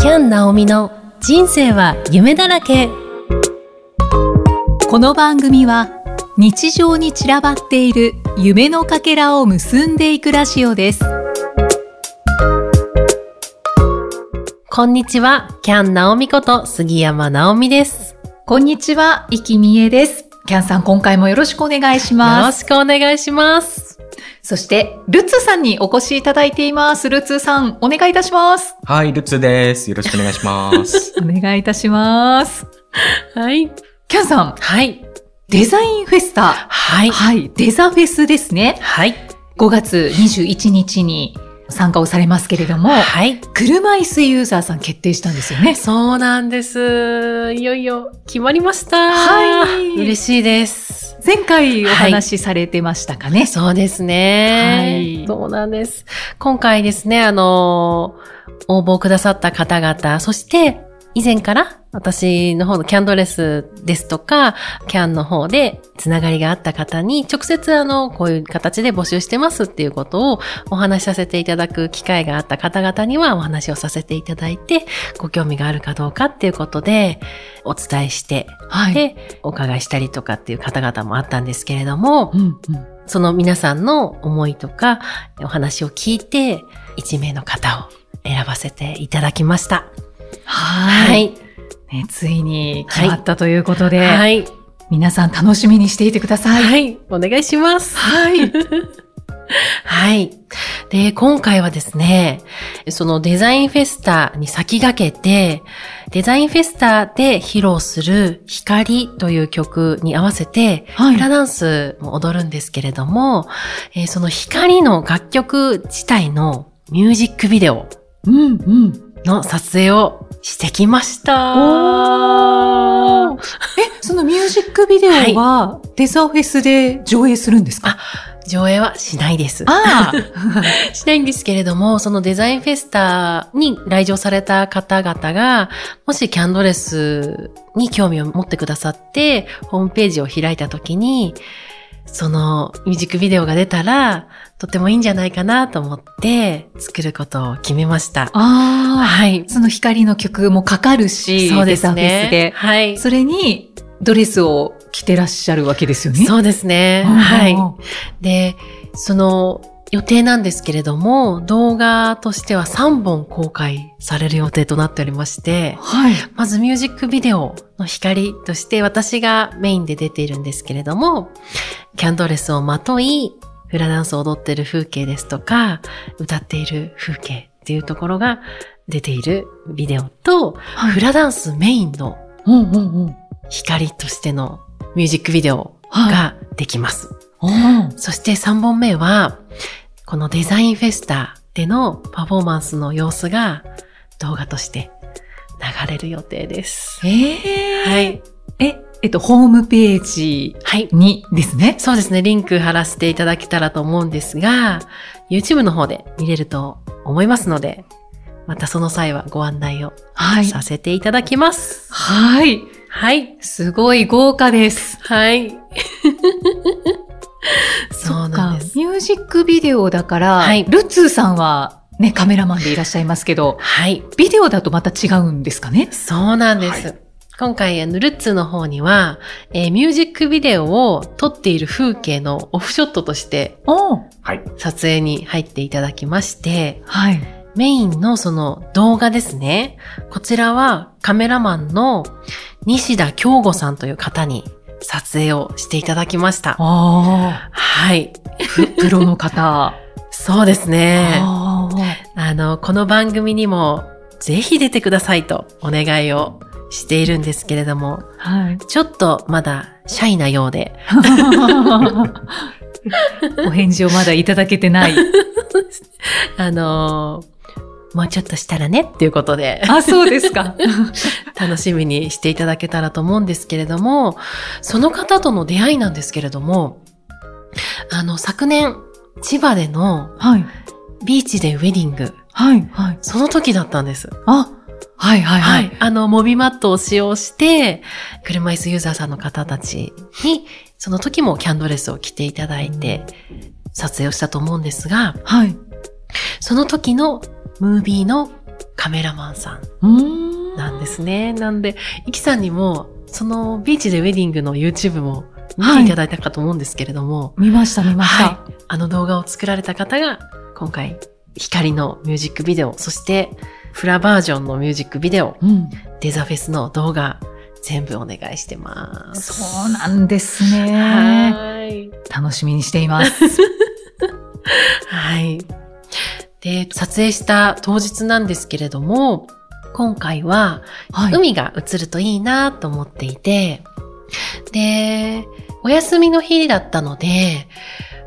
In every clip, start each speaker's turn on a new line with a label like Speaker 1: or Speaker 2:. Speaker 1: キャン・ナオミの人生は夢だらけ
Speaker 2: この番組は日常に散らばっている夢のかけらを結んでいくラジオです
Speaker 1: こんにちはキャン・ナオミこと杉山ナオミです
Speaker 2: こんにちは、生きみえです。キャンさん、今回もよろしくお願いし
Speaker 1: よ
Speaker 2: ま
Speaker 1: ろ
Speaker 2: す。
Speaker 1: しくお願いします
Speaker 2: そして、ルッツーさんにお越しいただいています。ルッツーさん、お願いいたします。
Speaker 3: はい、ルッツです。よろしくお願い します。
Speaker 2: お願いいたします。
Speaker 1: はい
Speaker 2: キャンさん、
Speaker 1: はい
Speaker 2: デザインフェスタ。
Speaker 1: はい
Speaker 2: はい、デザフェスですね。
Speaker 1: はい
Speaker 2: 5月21日に参加をされますけれども、
Speaker 1: はい
Speaker 2: 車椅子ユーザーさん決定したんですよね。
Speaker 1: そうなんですいよいよ決まりました
Speaker 2: はい
Speaker 1: 嬉しいです
Speaker 2: 前回お話しされてましたかね。
Speaker 1: そうですね。
Speaker 2: はい
Speaker 1: そうなんです。今回ですね、あのー応募くださった方々、そして、以前から私の方のキャンドレスですとか、キャンの方でつながりがあった方に、直接あの、こういう形で募集してますっていうことをお話しさせていただく機会があった方々にはお話をさせていただいて、ご興味があるかどうかっていうことでお伝えして、
Speaker 2: はい。
Speaker 1: で、お伺いしたりとかっていう方々もあったんですけれども
Speaker 2: う、んうん
Speaker 1: その皆さんの思いとかお話を聞いて1名の方を選ばせていただきました。
Speaker 2: は、
Speaker 1: はいい。
Speaker 2: ねついに決まったということで、
Speaker 1: はい。
Speaker 2: 皆さん楽しみにしていてください。
Speaker 1: はい。お願いします。
Speaker 2: はい。
Speaker 1: はい。で、今回はですね、そのデザインフェスタに先駆けて、デザインフェスタで披露する光という曲に合わせて、
Speaker 2: は
Speaker 1: フラダンスも踊るんですけれども、えーその光の楽曲自体のミュージックビデオ
Speaker 2: うんうん。
Speaker 1: の撮影をしてきました。
Speaker 2: おーえ、そのミュージックビデオは、デザフェスで上映するんですか、
Speaker 1: 上映はしないです。
Speaker 2: あ
Speaker 1: しないんですけれども、そのデザインフェスタに来場された方々が、もしキャンドレスに興味を持ってくださって、ホームページを開いた時に、そのミュージックビデオが出たら、とてもいいんじゃないかなと思って作ることを決めました。
Speaker 2: あ
Speaker 1: はい。
Speaker 2: その光の曲もかかるし、
Speaker 1: そうです
Speaker 2: デ
Speaker 1: ね。
Speaker 2: ザフ
Speaker 1: はい
Speaker 2: ェスで。。それに、ドレスを着てらっしゃるわけですよね。
Speaker 1: そうですね。
Speaker 2: うんうんうん
Speaker 1: はい。で、その予定なんですけれども、動画としては3本公開される予定となっておりまして、
Speaker 2: はい。
Speaker 1: まずミュージックビデオの光として私がメインで出ているんですけれども、キャンドレスをまとい、フラダンスを踊っている風景ですとか、歌っている風景っていうところが出ているビデオと、
Speaker 2: は
Speaker 1: フ。ラダンスメインの
Speaker 2: うんうんうん。
Speaker 1: 光としてのミュージックビデオ
Speaker 2: はい。
Speaker 1: ができます。
Speaker 2: おー
Speaker 1: そして3本目は、このデザインフェスタでのパフォーマンスの様子が動画として流れる予定です。
Speaker 2: えー
Speaker 1: はい。
Speaker 2: え、えっと、ホームページ
Speaker 1: はい。
Speaker 2: にですね。
Speaker 1: そうですね。リンク貼らせていただけたらと思うんですが、YouTube の方で見れると思いますので、またその際はご案内を
Speaker 2: は
Speaker 1: させていただきます。
Speaker 2: はい。
Speaker 1: はい。
Speaker 2: すごい豪華です。
Speaker 1: はい。そうなんで
Speaker 2: そっ
Speaker 1: す。
Speaker 2: かミュージックビデオだから、
Speaker 1: はい
Speaker 2: ルッツーさんはね、カメラマンでいらっしゃいますけど、
Speaker 1: はい。
Speaker 2: ビデオだとまた違うんですかね
Speaker 1: そうなんです。今回、あのルッツの方には、えーミュージックビデオを撮っている風景のオフショットとして
Speaker 2: おー
Speaker 3: はい。
Speaker 1: 撮影に入っていただきまして、
Speaker 2: はい。
Speaker 1: メインのその動画ですね。こちらはカメラマンの西田京吾さんという方に撮影をしていただきました。
Speaker 2: あ
Speaker 1: はい。
Speaker 2: ープロの方。
Speaker 1: そうですね。
Speaker 2: あー
Speaker 1: あの、この番組にもぜひ出てくださいとお願いをしているんですけれども、
Speaker 2: はい。
Speaker 1: ちょっとまだシャイなようで。
Speaker 2: お返事をまだいただけてない。
Speaker 1: あのーもうちょっとしたらねっていうことで、
Speaker 2: あ、そうですか。
Speaker 1: 楽しみにしていただけたらと思うんですけれども、その方との出会いなんですけれども、あの、昨年、千葉での
Speaker 2: はい。
Speaker 1: ビーチでウェディング、
Speaker 2: はい。はい。
Speaker 1: その時だったんです。
Speaker 2: あ、はいはいは
Speaker 1: はいい。。あの、モビマットを使用して、車椅子ユーザーさんの方たちに、その時もキャンドレスを着ていただいて、撮影をしたと思うんですが、
Speaker 2: はい。
Speaker 1: その時のムービーのカメラマンさん
Speaker 2: うん
Speaker 1: なんですね。なんで、イキさんにも、そのビーチでウェディングの YouTube も見
Speaker 2: は
Speaker 1: て
Speaker 2: い
Speaker 1: いただいたかと思うんですけれども、
Speaker 2: 見ました、見ました。
Speaker 1: はいあの動画を作られた方が、今回、光のミュージックビデオ、そして、フラバージョンのミュージックビデオ、
Speaker 2: うん、
Speaker 1: デザフェスの動画、全部お願いしてます。
Speaker 2: そうなんですね。
Speaker 1: はい。
Speaker 2: 楽しみにしています。
Speaker 1: はい。で、撮影した当日なんですけれども、今回は、
Speaker 2: は
Speaker 1: 海が映るといいなと思っていて、で、お休みの日だったので、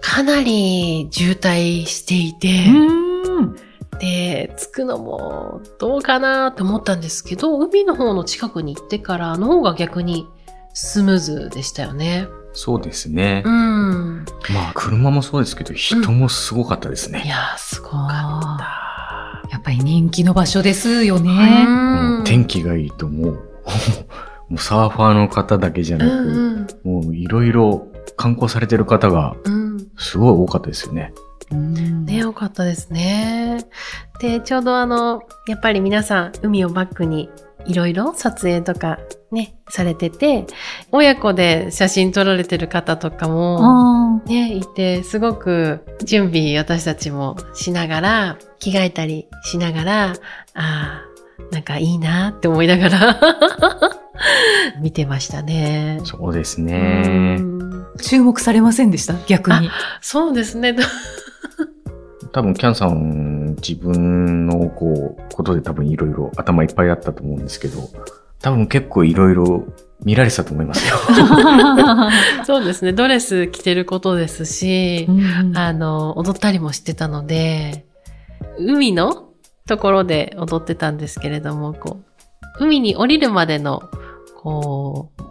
Speaker 1: かなり渋滞していて、
Speaker 2: うん。
Speaker 1: で、着くのもどうかなと思ったんですけど、海の方の近くに行ってからの方が逆にスムーズでしたよね。
Speaker 3: そうですね
Speaker 1: う。ん。
Speaker 3: まあ、車もそうですけど、人もすごかったです
Speaker 1: い
Speaker 3: ね。
Speaker 1: やー、すごかっ
Speaker 2: あ
Speaker 1: た。
Speaker 2: ーやっぱり人気の場所ですよ
Speaker 1: う
Speaker 2: ね。
Speaker 1: ん
Speaker 3: もう天気がいいともう、 もうサーファーの方だけじゃな
Speaker 1: う
Speaker 3: く、
Speaker 1: ん
Speaker 3: もういろいろ観光されてる方が
Speaker 1: うん。うん。
Speaker 3: すごい多かったですよね。
Speaker 2: うん
Speaker 1: ね、よかったですね。で、ちょうどあの、やっぱり皆さん、海をバックに、いろいろ撮影とかね、されてて、親子で写真撮られてる方とかも、
Speaker 2: あー
Speaker 1: ね、いて、すごく準備私たちもしながら、着替えたりしながら、ああ、なんかいいなって思いながら、 見てましたね。
Speaker 3: そうです
Speaker 1: う
Speaker 3: ね。
Speaker 1: ん
Speaker 2: 注目されませんでした逆 に。
Speaker 1: そうですね。
Speaker 3: 多分、キャンさん、自分のこう、ことで多分いろいろ頭いっぱいあったと思うんですけど、多分結構いろいろ見られてたと思います よ。
Speaker 1: そうですね。ドレス着てることですし
Speaker 2: う、ん
Speaker 1: あの、踊ったりもしてたので、海のところで踊ってたんですけれども、こう、海に降りるまでの、こう、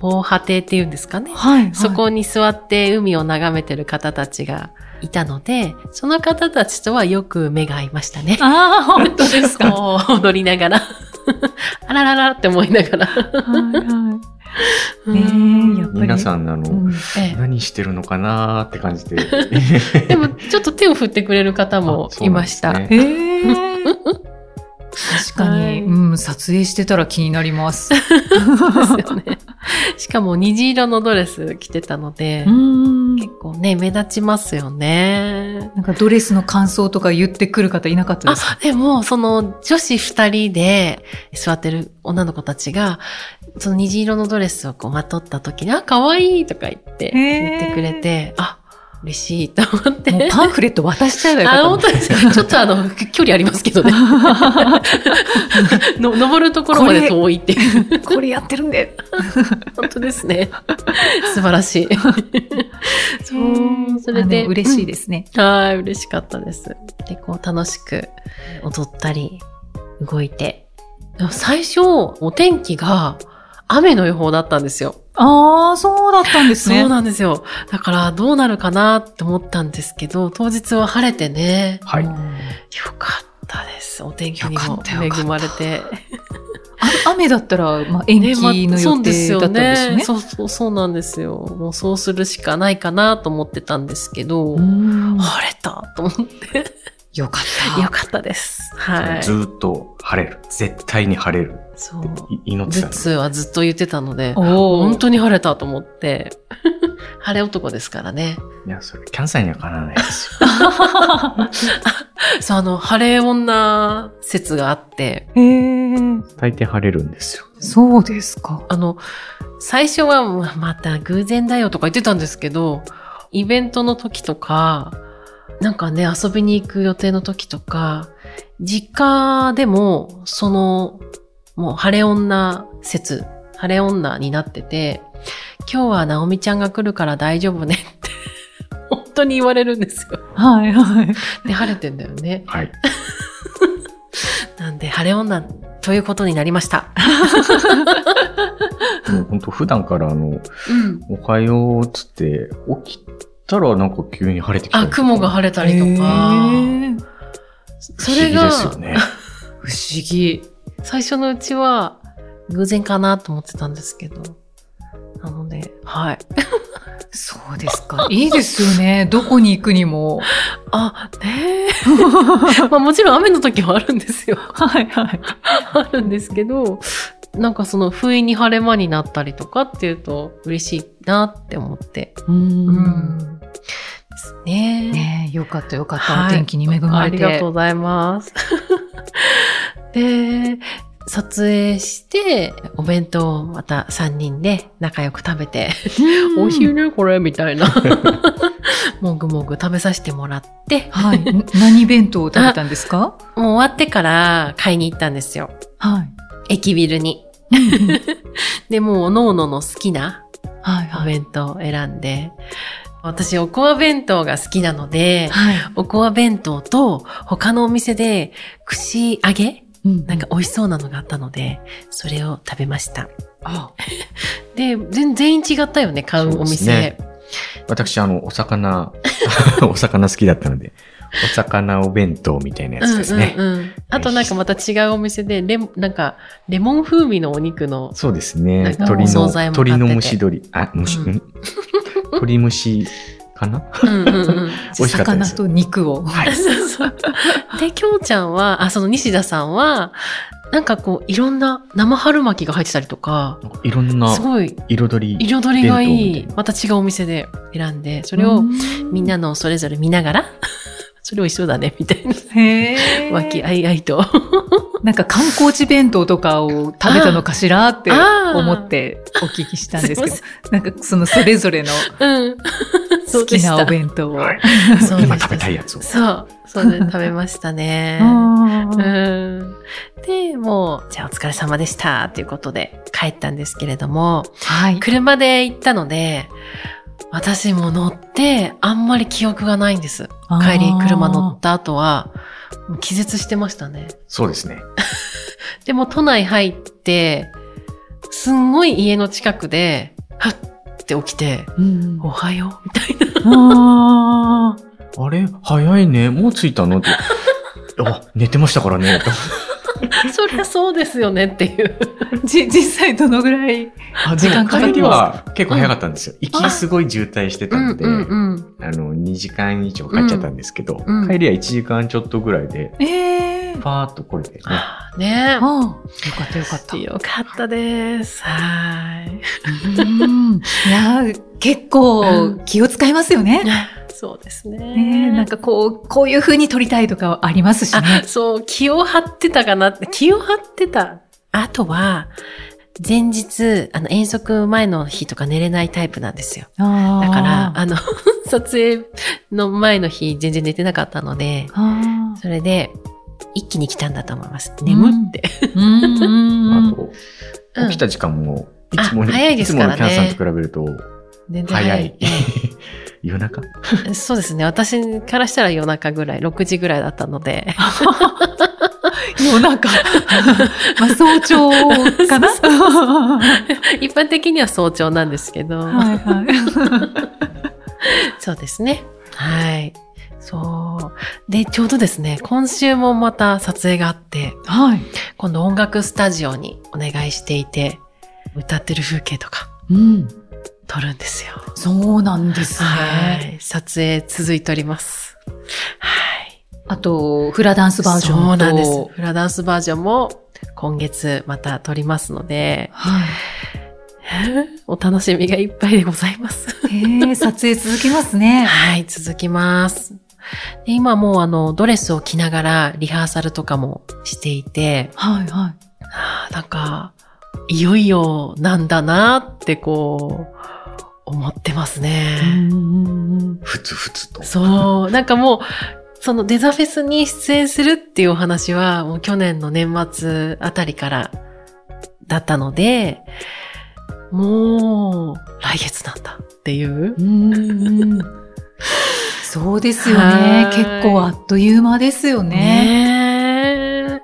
Speaker 1: 防波堤っていうんですかね。
Speaker 2: はい、はい
Speaker 1: そこに座って海を眺めてる方たちがいたので、その方たちとはよく目が合いましたね。
Speaker 2: ああ、本当です か。
Speaker 1: こう踊りながら、 あらららって思いながら。
Speaker 2: はいねえやっぱり
Speaker 3: 皆さん、あの、
Speaker 2: うん
Speaker 1: ええ
Speaker 3: 何してるのかなーって感じで。
Speaker 1: でも、ちょっと手を振ってくれる方も
Speaker 3: あそう
Speaker 1: い
Speaker 3: なん
Speaker 1: ま
Speaker 3: で
Speaker 1: し
Speaker 3: すね
Speaker 1: た。
Speaker 2: ええ確かに、
Speaker 1: はい
Speaker 2: うん、撮影してたら気になり ます。
Speaker 1: そうですよね。しかも虹色のドレス着てたので
Speaker 2: う、ん
Speaker 1: 結構ね、目立ちますよね。
Speaker 2: なんかドレスの感想とか言ってくる方いなかったですか
Speaker 1: あ、でも、その女子二人で座ってる女の子たちが、その虹色のドレスをこうまとった時に、あ、可愛いとか言って、言
Speaker 2: へー
Speaker 1: ってくれて、あ、嬉しいと思っ
Speaker 2: もう
Speaker 1: て。
Speaker 2: パンフレット渡しちゃえばよ
Speaker 1: あ、
Speaker 2: か
Speaker 1: 本
Speaker 2: った
Speaker 1: 当ですか。ちょっとあの、 距離ありますけどね。の登るところまで遠いっていう。
Speaker 2: のに これやってるんで。
Speaker 1: 本当ですね。素晴らしい。 そう、それ
Speaker 2: あ
Speaker 1: で。
Speaker 2: の嬉しい
Speaker 1: で
Speaker 2: ですね。
Speaker 1: す。はい、嬉しかったです。で、こう楽しく踊ったり、動いて。でも最初、お天気が雨の予報だったんですよ。
Speaker 2: ああ、そうだったんですね。
Speaker 1: そうなんですよ。だから、どうなるかなって思ったんですけど、当日は晴れてね。
Speaker 3: はい。
Speaker 2: うん
Speaker 1: よかったです。お天気に
Speaker 2: よか
Speaker 1: も
Speaker 2: ったよかった
Speaker 1: 恵まれて。
Speaker 2: あ雨だったら、まあ、延期の
Speaker 1: そ
Speaker 2: 予
Speaker 1: うです
Speaker 2: 定だ
Speaker 1: よ
Speaker 2: ったんです
Speaker 1: そ
Speaker 2: ね。
Speaker 1: うそう、そうなんですよ。もうそうするしかないかなと思ってたんですけど、
Speaker 2: うん
Speaker 1: 晴れたと思って。
Speaker 2: よかっ
Speaker 1: よかったです。はい。
Speaker 3: ずーっと晴れる。絶対に晴れるっ
Speaker 1: そう。
Speaker 3: てい祈ってた
Speaker 1: 頭
Speaker 3: の
Speaker 1: 痛はずっと言ってたので
Speaker 2: た。、お
Speaker 1: 本当に晴れたと思って。 晴れ男ですからね。
Speaker 3: いや、それ、キャンさんにはかなわないですよ。
Speaker 1: そう、あの、晴れ女説があって、
Speaker 2: へえ、
Speaker 3: 大抵晴れるんですよ。
Speaker 2: そうですか。
Speaker 1: あの、最初はままた偶然だよとか言ってたんですけど、イベントの時とか、なんかね、遊びに行く予定の時とか、実家でも、その、もう晴れ女説、晴れ女になってて、今日は直美ちゃんが来るから大丈夫ねって、 本当に言われるんですよ。
Speaker 2: はいはい。
Speaker 1: で、晴れてんだよね。
Speaker 3: はい。
Speaker 1: なんで、晴れ女ということになりました。
Speaker 3: もう本当普段から、あの、
Speaker 1: うん。
Speaker 3: おはようっつって、起きたらなんか急に晴れてきたり
Speaker 1: あ、
Speaker 3: とか
Speaker 1: 雲が晴れたりとか。
Speaker 2: へえ
Speaker 1: それが、
Speaker 3: 不思議ですよね。
Speaker 2: 不思議。
Speaker 1: 最初のうちは偶然かなと思ってたんですけど。なので、はい。
Speaker 2: そうですか。いいですよね。どこに行くに も。
Speaker 1: あ、 ねえ。まあもちろん雨の時はあるんですよ。
Speaker 2: はいはい。
Speaker 1: あるんですけど、なんかその不意に晴れ間になったりとかっていうと嬉しいなって思って。
Speaker 2: う。
Speaker 1: うんん。ですね。
Speaker 2: ねえ、よかったよかった。
Speaker 1: はい
Speaker 2: お天気に恵ま
Speaker 1: あ
Speaker 2: れて。
Speaker 1: りがとうござい ます。で、撮影して、お弁当をまた3人で仲良く食べて、
Speaker 2: うん
Speaker 1: お昼これみたいな。 もぐもぐ食べさせてもらって、
Speaker 2: はい。ん何弁当を食べたんですか
Speaker 1: もう終わってから買いに行ったんですよ。
Speaker 2: はい。
Speaker 1: 駅ビルに。
Speaker 2: うんうん
Speaker 1: で、もう、ノーノの好きな
Speaker 2: はい
Speaker 1: お
Speaker 2: はい。
Speaker 1: 弁当を選んで、私、おこわ弁当が好きなので、
Speaker 2: はい。
Speaker 1: おこわ弁当と、他のお店で、串揚げ
Speaker 2: うん
Speaker 1: なんか、美味しそうなのがあったので、それを食べました。
Speaker 2: あ
Speaker 1: で、全全員違ったよね、買うお
Speaker 3: そうです
Speaker 1: 店。
Speaker 3: ね私、あの、お魚、 お魚好きだったので、お魚お弁当みたいなやつですね。
Speaker 1: うんうんうん。あとなんかまた違うお店で、レモン、なんか、レモン風味のお肉の、
Speaker 3: そうです
Speaker 1: なん
Speaker 3: ね。
Speaker 1: か
Speaker 3: 鳥
Speaker 1: お惣菜も
Speaker 3: の、
Speaker 1: 買ってて
Speaker 3: 鳥の蒸し鶏。あ、蒸し、
Speaker 1: うん
Speaker 3: ん 鳥蒸しかな
Speaker 1: うんうんうん。
Speaker 3: 美味しかったで
Speaker 2: 魚
Speaker 3: す
Speaker 2: と肉を。
Speaker 3: は い。
Speaker 1: そうそう。 で、きょうちゃんは、あ、その西田さんは、なんかこう、いろんな生春巻きが入ってたりとか、
Speaker 3: なんかいろんな
Speaker 1: すごい、
Speaker 3: 彩り。
Speaker 1: 彩りがい
Speaker 3: 弁当み
Speaker 1: い
Speaker 3: たい、な
Speaker 1: また違うお店で選んで、それをみんなのそれぞれ見ながら、それを一緒だね、みたいな。
Speaker 2: へえ。
Speaker 1: 和気あいあいと。
Speaker 2: なんか観光地弁当とかを食べたのかしらって
Speaker 1: あー
Speaker 2: 思ってお聞きしたんですけど
Speaker 1: す、
Speaker 2: なんかそのそれぞれの
Speaker 1: うん。 そ
Speaker 2: 好
Speaker 1: うで
Speaker 2: き
Speaker 1: した
Speaker 2: なお弁当を。
Speaker 3: はい
Speaker 1: そうで
Speaker 3: 今
Speaker 1: す
Speaker 3: 食べたいやつを。
Speaker 1: そう、そうで食べましたね。
Speaker 2: あー
Speaker 1: うん。で、もう、じゃあお疲れ様でした、ということで帰ったんですけれども、
Speaker 2: はい。
Speaker 1: 車で行ったので、私も乗って、あんまり記憶がないんです。帰り、車乗った後は、もう気絶してましたね。
Speaker 3: そうですね。
Speaker 1: でも都内入って、すんごい家の近くで、はっって起きて、
Speaker 2: た。うん
Speaker 1: おはようみたい
Speaker 2: あー
Speaker 3: あれ早いね。もう着いたの って。あ、寝てましたからね。
Speaker 1: な。 そりゃそうですよねっていう。
Speaker 2: じ実際どのぐらい
Speaker 3: あ
Speaker 2: 時間かかり
Speaker 3: 帰り
Speaker 2: ま
Speaker 3: は結構早かったんですよ。行きすごい渋滞してたので、
Speaker 1: ん。
Speaker 3: あの、2時間以上かかっちゃったんですけど、
Speaker 1: うんうん
Speaker 3: 帰りは1時間ちょっとぐらいで、
Speaker 2: ええー。
Speaker 3: パーっと来れてね。
Speaker 1: ねえ
Speaker 2: あ。ーよかったよかった。
Speaker 1: よかったです。はい。
Speaker 2: うんいやー結構気を使いますよね。
Speaker 1: そうです
Speaker 2: ね
Speaker 1: ね。
Speaker 2: えなんかこう、こういう風に撮りたいとかはありますし
Speaker 1: あ、
Speaker 2: ね。
Speaker 1: そう、気を張ってたかなって、気を張ってた。あとは、前日、あの、遠足前の日とか寝れないタイプなんですよ。
Speaker 2: あ
Speaker 1: だ
Speaker 2: ー
Speaker 1: から、あの、 撮影の前の日、全然寝てなかったので、
Speaker 2: あ
Speaker 1: それで、一気に来たんだと思います。眠って。
Speaker 2: ーうんうんう
Speaker 3: あ
Speaker 2: ん
Speaker 3: と、
Speaker 1: うん
Speaker 3: 起きた時間も、いつも
Speaker 1: あ
Speaker 3: に、
Speaker 1: 早い
Speaker 3: い
Speaker 1: で
Speaker 3: つ
Speaker 1: す
Speaker 3: も
Speaker 1: から
Speaker 3: の
Speaker 1: ね
Speaker 3: キャンさんと比べると、
Speaker 1: 全然
Speaker 3: 早 い。夜中
Speaker 1: そうですね。私からしたら夜中ぐらい、6時ぐらいだったので。
Speaker 2: 夜中。まあ、早朝か なは
Speaker 1: 一般的には早朝なんですけど、
Speaker 2: いは
Speaker 1: そうですね。はい。そう。で、ちょうどですね、今週もまた撮影があって、
Speaker 2: い。はい。
Speaker 1: 今度音楽スタジオにお願いしていて、歌ってる風景とか
Speaker 2: うん。
Speaker 1: 撮るんですよ。
Speaker 2: そうなんです
Speaker 1: は
Speaker 2: ね。
Speaker 1: い。撮影続いております。はい。
Speaker 2: あと、フラダンスバージョンと。
Speaker 1: そうなんです。フラダンスバージョンも今月また撮りますので、
Speaker 2: はい。
Speaker 1: お楽しみがいっぱいでございます。
Speaker 2: へえ、撮影続きますね。
Speaker 1: はい、続きます。で今もうあの、ドレスを着ながらリハーサルとかもしていて、
Speaker 2: はいはい。
Speaker 1: あーなんか、いよいよなんだなってこう、思ってますね。
Speaker 3: ふつふつと。
Speaker 1: そう、なんかもう、そのデザフェスに出演するっていうお話は、もう去年の年末あたりからだったので、もう、来月なんだっていう。
Speaker 2: うん そうですよね
Speaker 1: は。い
Speaker 2: 結構あっという間ですよね。
Speaker 1: ねえ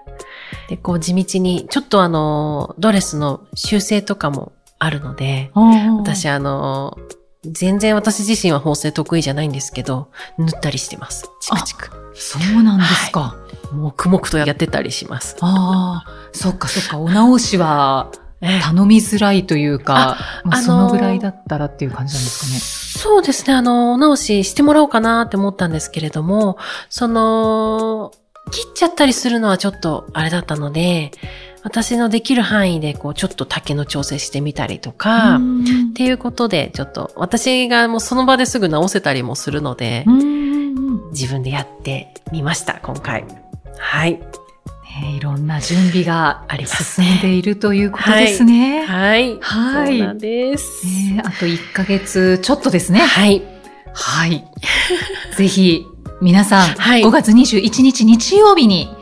Speaker 1: で、こう地道に、ちょっとあの、ドレスの修正とかもあるので、私
Speaker 2: 私
Speaker 1: あの、全然私自身は縫製得意じゃないんですけど、縫ったりしてます。チクチク。
Speaker 2: そうなんですか。
Speaker 1: 黙々とやってたりします。
Speaker 2: ああ、そっかそっか。お直しは
Speaker 1: ええ
Speaker 2: 頼みづらいというか、まあ
Speaker 1: あのー
Speaker 2: そのぐらいだったらっていう感じなんですかね。
Speaker 1: そうですね、あの、お直ししてもらおうかなって思ったんですけれども、その、切っちゃったりするのはちょっとあれだったので、私のできる範囲で、こう、ちょっと竹の調整してみたりとか、
Speaker 2: うん
Speaker 1: っていうことで、ちょっと、私がもうその場ですぐ直せたりもするので、
Speaker 2: うん
Speaker 1: 自分でやってみました、今回。はい。
Speaker 2: ねいろんな準備が
Speaker 1: あります
Speaker 2: 進んでいるということですね。
Speaker 1: はい。
Speaker 2: はい
Speaker 1: そうなんです。
Speaker 2: ねあと1ヶ月ちょっとですね。
Speaker 1: はい。
Speaker 2: はい。ぜひ、皆さん、
Speaker 1: はい
Speaker 2: 5月21日日曜日に、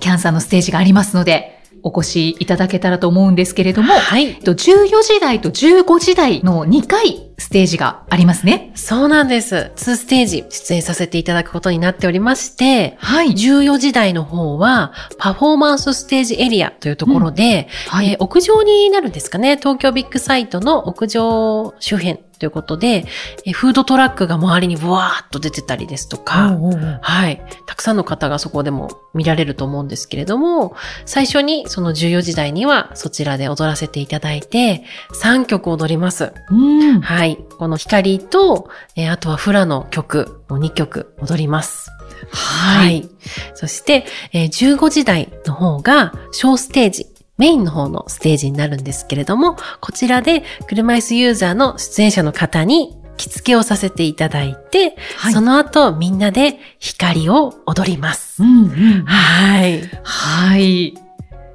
Speaker 2: キャンサーのステージがありますので、お越しいただけたらと思うんですけれども、
Speaker 1: はい
Speaker 2: えっ。と14時台と15時台の2回ステージがありますね。
Speaker 1: そうなんです。2ステージ出演させていただくことになっておりまして、
Speaker 2: はい。
Speaker 1: 14時台の方は、パフォーマンスステージエリアというところで、
Speaker 2: はい
Speaker 1: えー屋上になるんですかね、東京ビッグサイトの屋上周辺ということで、えーフードトラックが周りにブワーッと出てたりですとか、
Speaker 2: おうおうおう
Speaker 1: はい。たくさんの方がそこでも見られると思うんですけれども、最初にその14時台にはそちらで踊らせていただいて、3曲踊ります。
Speaker 2: うん
Speaker 1: はい。この光と、えーあとはフラの曲を2曲踊ります。
Speaker 2: はい。
Speaker 1: そして、えー15時台の方が小ステージ。メインの方のステージになるんですけれども、こちらで車椅子ユーザーの出演者の方に着付けをさせていただいて、
Speaker 2: はい
Speaker 1: その後みんなで光を踊ります。
Speaker 2: うんうん
Speaker 1: はい。
Speaker 2: はい。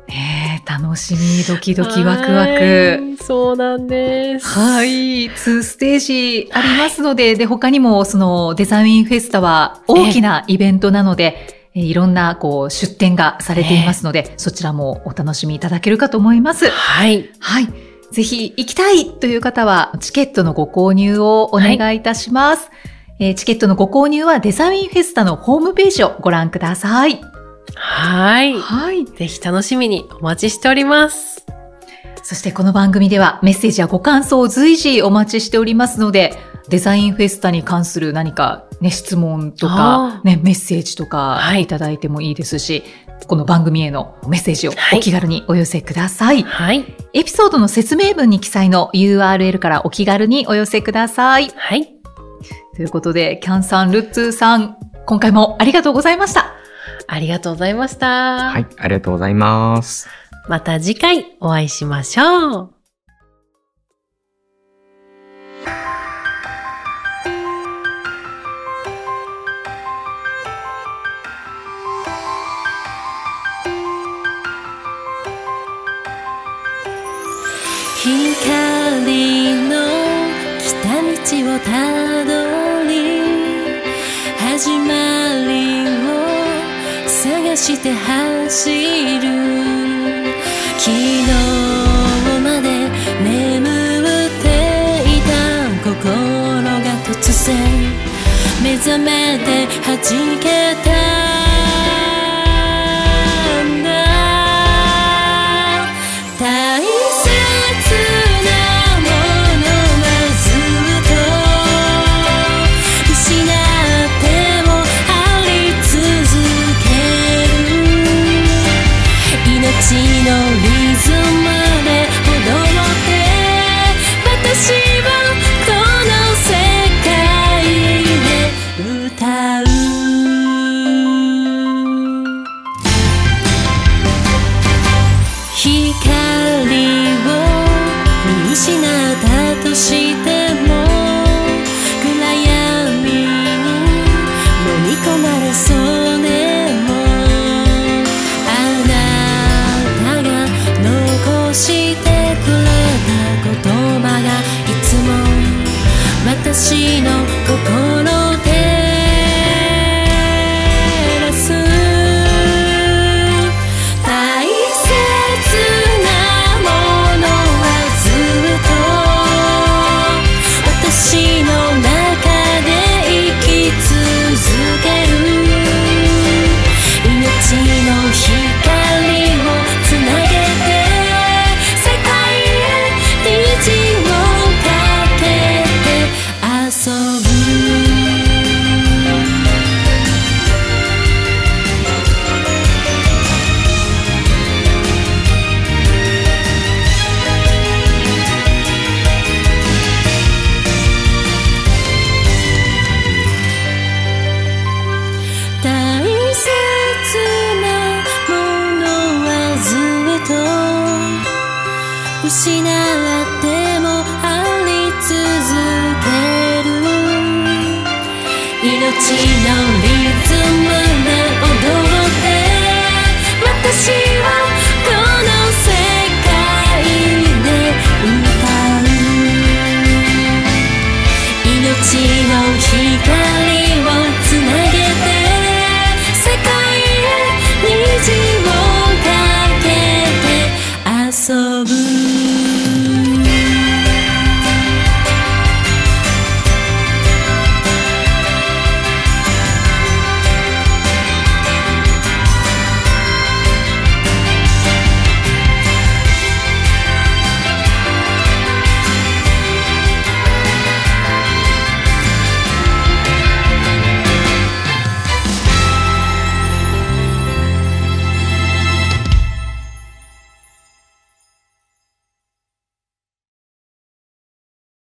Speaker 2: ねえ楽しみ、ドキドキ、ワクワ
Speaker 1: は
Speaker 2: ク。
Speaker 1: い。そうなんです。。
Speaker 2: はいい。2ステージありますので、で、他にも、その、デザインフェスタは大きなイベントなので、えいろんな、こう、出展がされていますので、そちらもお楽しみいただけるかと思います。
Speaker 1: はい。
Speaker 2: はい。ぜひ行きたいという方は、チケットのご購入をお願いいたします。えーチケットのご購入はデザインフェスタのホームページをご覧ください。
Speaker 1: はい。
Speaker 2: はい。
Speaker 1: ぜひ楽しみにお待ちしております。
Speaker 2: そしてこの番組ではメッセージやご感想を随時お待ちしておりますので、デザインフェスタに関する何かね、質問と
Speaker 1: あ
Speaker 2: か、
Speaker 1: ー
Speaker 2: ね、メッセージとか
Speaker 1: はい
Speaker 2: いただいてもいいですし、この番組へのメッセージをお気軽にお寄せください。
Speaker 1: はい。
Speaker 2: エピソードの説明文に記載の URL からお気軽にお寄せください。
Speaker 1: はい。
Speaker 2: ということで、キャンさん、ルッツーさん、今回もありがとうございました。
Speaker 1: ありがとうございました。
Speaker 3: はい、ありがとうございます。
Speaker 1: また次回お会いしましょう。光の来た道をたどり始まりを探して走る昨日まで眠っていた心が突然目覚めて弾けたんだ大切なものはずっと失ってもあり続ける命のリズムで踊って私はこの世界で歌う光を見失ったとしても暗闇に飲み込まれそうでもあなたが残してくれた言葉がいつも私の心を照らす大切なものはずっと失ってもあり続ける命のリズムで踊って私